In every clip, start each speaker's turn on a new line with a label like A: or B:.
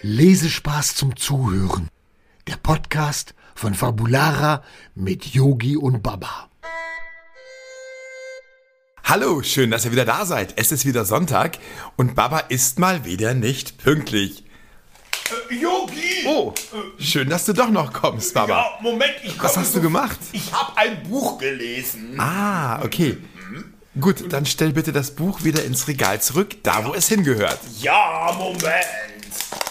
A: Lesespaß zum Zuhören. Der Podcast von Fabulara mit Yogi und Baba.
B: Hallo, schön, dass ihr wieder da seid. Es ist wieder Sonntag und Baba ist mal wieder nicht pünktlich.
C: Yogi!
B: Oh, schön, dass du doch noch kommst, Baba.
C: Ja, Moment, ich komme
B: Was hast du
C: so-
B: gemacht?
C: Ich habe ein Buch gelesen.
B: Ah, okay. Gut, dann stell bitte das Buch wieder ins Regal zurück, da wo es hingehört.
C: Ja, Moment.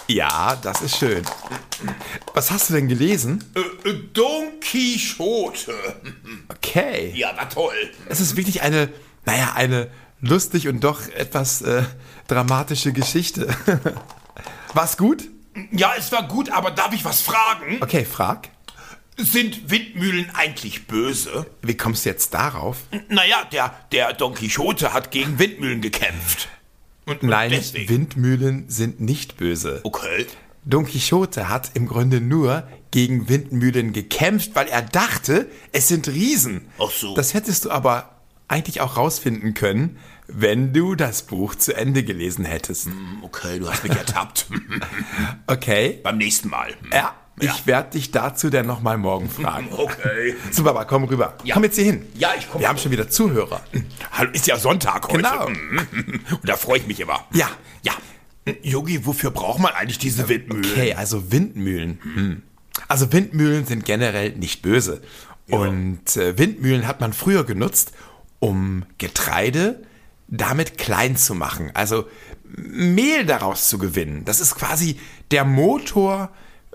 B: Ja, das ist schön. Was hast du denn gelesen?
C: Äh, äh, Don Quixote.
B: Okay.
C: Ja, war toll.
B: Es ist wirklich eine, naja, eine lustig und doch etwas äh, dramatische Geschichte. War's gut?
C: Ja, es war gut, aber darf ich was fragen?
B: Okay, frag.
C: Sind Windmühlen eigentlich böse?
B: Wie kommst du jetzt darauf?
C: Naja, der, der Don Quixote hat gegen Windmühlen gekämpft. Und, und
B: Nein,
C: deswegen.
B: Windmühlen sind nicht böse.
C: Okay.
B: Don Quixote hat im Grunde nur gegen Windmühlen gekämpft, weil er dachte, es sind Riesen.
C: Ach so.
B: Das hättest du aber eigentlich auch rausfinden können, wenn du das Buch zu Ende gelesen hättest.
C: Hm. Okay, du hast mich ertappt.
B: Okay?
C: Beim nächsten Mal.
B: Ja,
C: Ja.
B: ich werde dich dazu dann nochmal morgen fragen.
C: Okay.
B: So, Baba, komm rüber. Komm jetzt hier hin.
C: Ja, ich Hm. komme.
B: Wir haben schon wieder Zuhörer.
C: Hallo, ist ja Sonntag heute. Hm,
B: Genau.
C: Und da freue ich mich immer.
B: Ja.
C: Ja. Äh, Yogi, wofür braucht man eigentlich diese Windmühlen?
B: Okay, also Windmühlen. Hm. Also Windmühlen sind generell nicht böse. Und äh, Windmühlen hat man früher genutzt, um Getreide damit klein zu machen. Also Mehl daraus zu gewinnen. Das ist quasi der Motor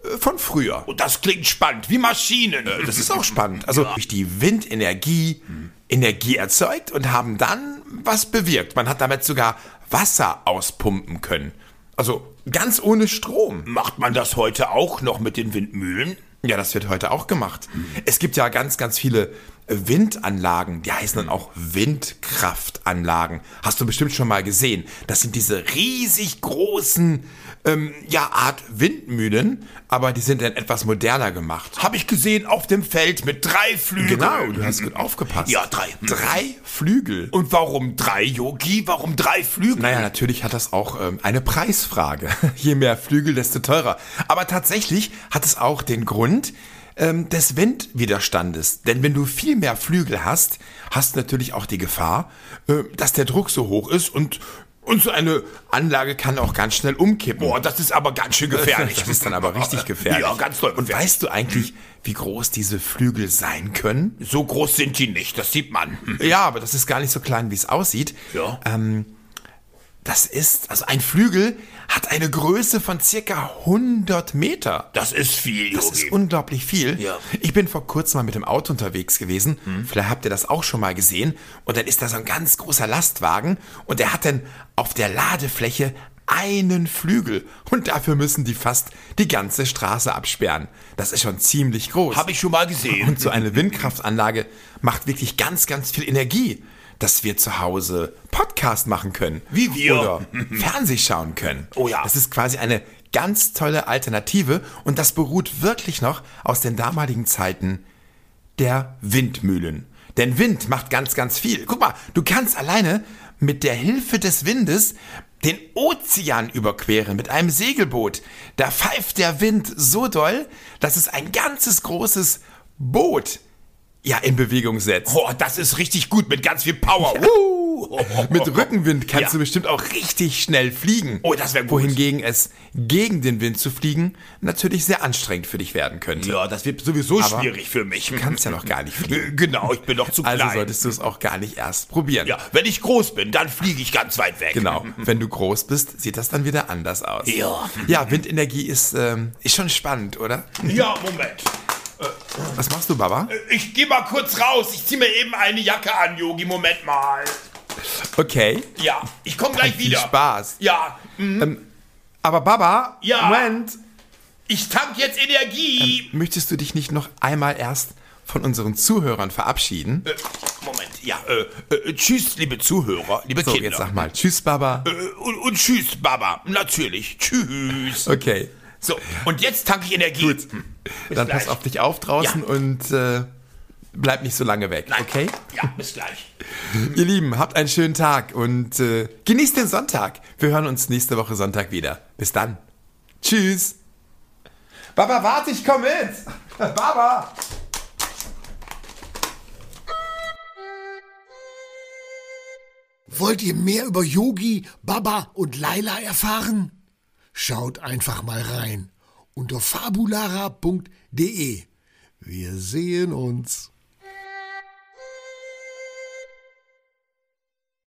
B: äh, von früher.
C: Und Oh, das klingt spannend, wie Maschinen.
B: Äh, Das ist auch spannend. Also durch die Windenergie Energie erzeugt und haben dann was bewirkt. Man hat damit sogar Wasser auspumpen können. Also ganz ohne Strom.
C: Macht man das heute auch noch mit den Windmühlen?
B: Ja, das wird heute auch gemacht. Es gibt ja ganz, ganz viele Windanlagen, die heißen dann auch Windkraftanlagen. Hast du bestimmt schon mal gesehen. Das sind diese riesig großen, ähm, ja, Art Windmühlen, aber die sind dann etwas moderner gemacht.
C: Habe ich gesehen auf dem Feld mit drei Flügeln.
B: Genau, du hast gut aufgepasst.
C: Ja, drei.
B: Drei Flügel.
C: Und warum drei, Yogi? Warum drei Flügel?
B: Naja, natürlich hat das auch ähm, eine Preisfrage. Je mehr Flügel, desto teurer. Aber tatsächlich hat es auch den Grund ähm, des Windwiderstandes. Denn wenn du viel mehr Flügel hast, hast du natürlich auch die Gefahr, äh, dass der Druck so hoch ist und, und so eine Anlage kann auch ganz schnell umkippen.
C: Boah, das ist aber ganz schön gefährlich.
B: Das ist dann aber richtig gefährlich.
C: Ja, ganz toll.
B: Und weißt du eigentlich, wie groß diese Flügel sein können?
C: so groß sind die nicht, das sieht man. Hm.
B: Ja, aber das ist gar nicht so klein, wie es aussieht.
C: Ja.
B: Ähm, das ist, also ein Flügel hat eine Größe von circa 100 Meter.
C: Das ist viel, Yogi.
B: Das ist unglaublich viel.
C: Ja. Mhm.
B: Ich bin vor kurzem mal mit dem Auto unterwegs gewesen. Vielleicht habt ihr das auch schon mal gesehen. Und dann ist da so ein ganz großer Lastwagen und der hat dann auf der Ladefläche einen Flügel. Und dafür müssen die fast die ganze Straße absperren. Das ist schon ziemlich groß.
C: Habe ich schon mal gesehen.
B: Und so eine Windkraftanlage macht wirklich ganz, ganz viel Energie, dass wir zu Hause Podcast machen können.
C: Wie wir.
B: Oder Fernseh schauen können.
C: Oh ja.
B: Das ist quasi eine ganz tolle Alternative und das beruht wirklich noch aus den damaligen Zeiten der Windmühlen. Denn Wind macht ganz, ganz viel. Guck mal, du kannst alleine mit der Hilfe des Windes den Ozean überqueren mit einem Segelboot. Da pfeift der Wind so doll, dass es ein ganzes großes Boot ja in Bewegung setzt.
C: Boah, das ist richtig gut mit ganz viel Power. Uh.
B: Mit Rückenwind kannst
C: Ja.
B: du bestimmt auch richtig schnell fliegen.
C: Oh, das wär gut.
B: Wohingegen es gegen den Wind zu fliegen natürlich sehr anstrengend für dich werden könnte.
C: Ja, das wird sowieso
B: Aber
C: schwierig für mich.
B: Du kannst ja noch gar nicht fliegen.
C: Genau, ich bin noch zu klein.
B: Also solltest du es auch gar nicht erst probieren.
C: ja, wenn ich groß bin, dann fliege ich ganz weit weg.
B: Genau. Wenn du groß bist, sieht das dann wieder anders aus.
C: Ja.
B: Ja, Windenergie ist, ähm, ist schon spannend, oder?
C: Ja, Moment.
B: Was machst du, Baba?
C: Ich gehe mal kurz raus. Ich ziehe mir eben eine Jacke an, Yogi. Moment mal.
B: Okay.
C: Ja, ich komme gleich
B: Viel
C: wieder.
B: Spaß.
C: Ja, hm,
B: Aber Baba,
C: Ja.
B: Moment,
C: ich tank jetzt Energie.
B: möchtest du dich nicht noch einmal erst von unseren Zuhörern verabschieden?
C: Äh, Moment, ja. Äh, äh, tschüss, liebe Zuhörer, liebe
B: so,
C: Kinder.
B: jetzt sag mal. Tschüss, Baba.
C: Äh, und, und tschüss, Baba. Natürlich. Tschüss.
B: Okay.
C: So, und jetzt tanke ich Energie. Hm. Gut.
B: Dann
C: gleich.
B: pass auf dich auf draußen
C: Ja.
B: und äh, bleib nicht so lange weg, okay?
C: Ja, bis gleich.
B: Ihr Lieben, habt einen schönen Tag und äh, genießt den Sonntag. Wir hören uns nächste Woche Sonntag wieder. Bis dann. Tschüss. Baba, warte, ich komme mit. Baba.
A: Wollt ihr mehr über Yogi, Baba und Laila erfahren? Schaut einfach mal rein unter fabulara.de. Wir sehen uns.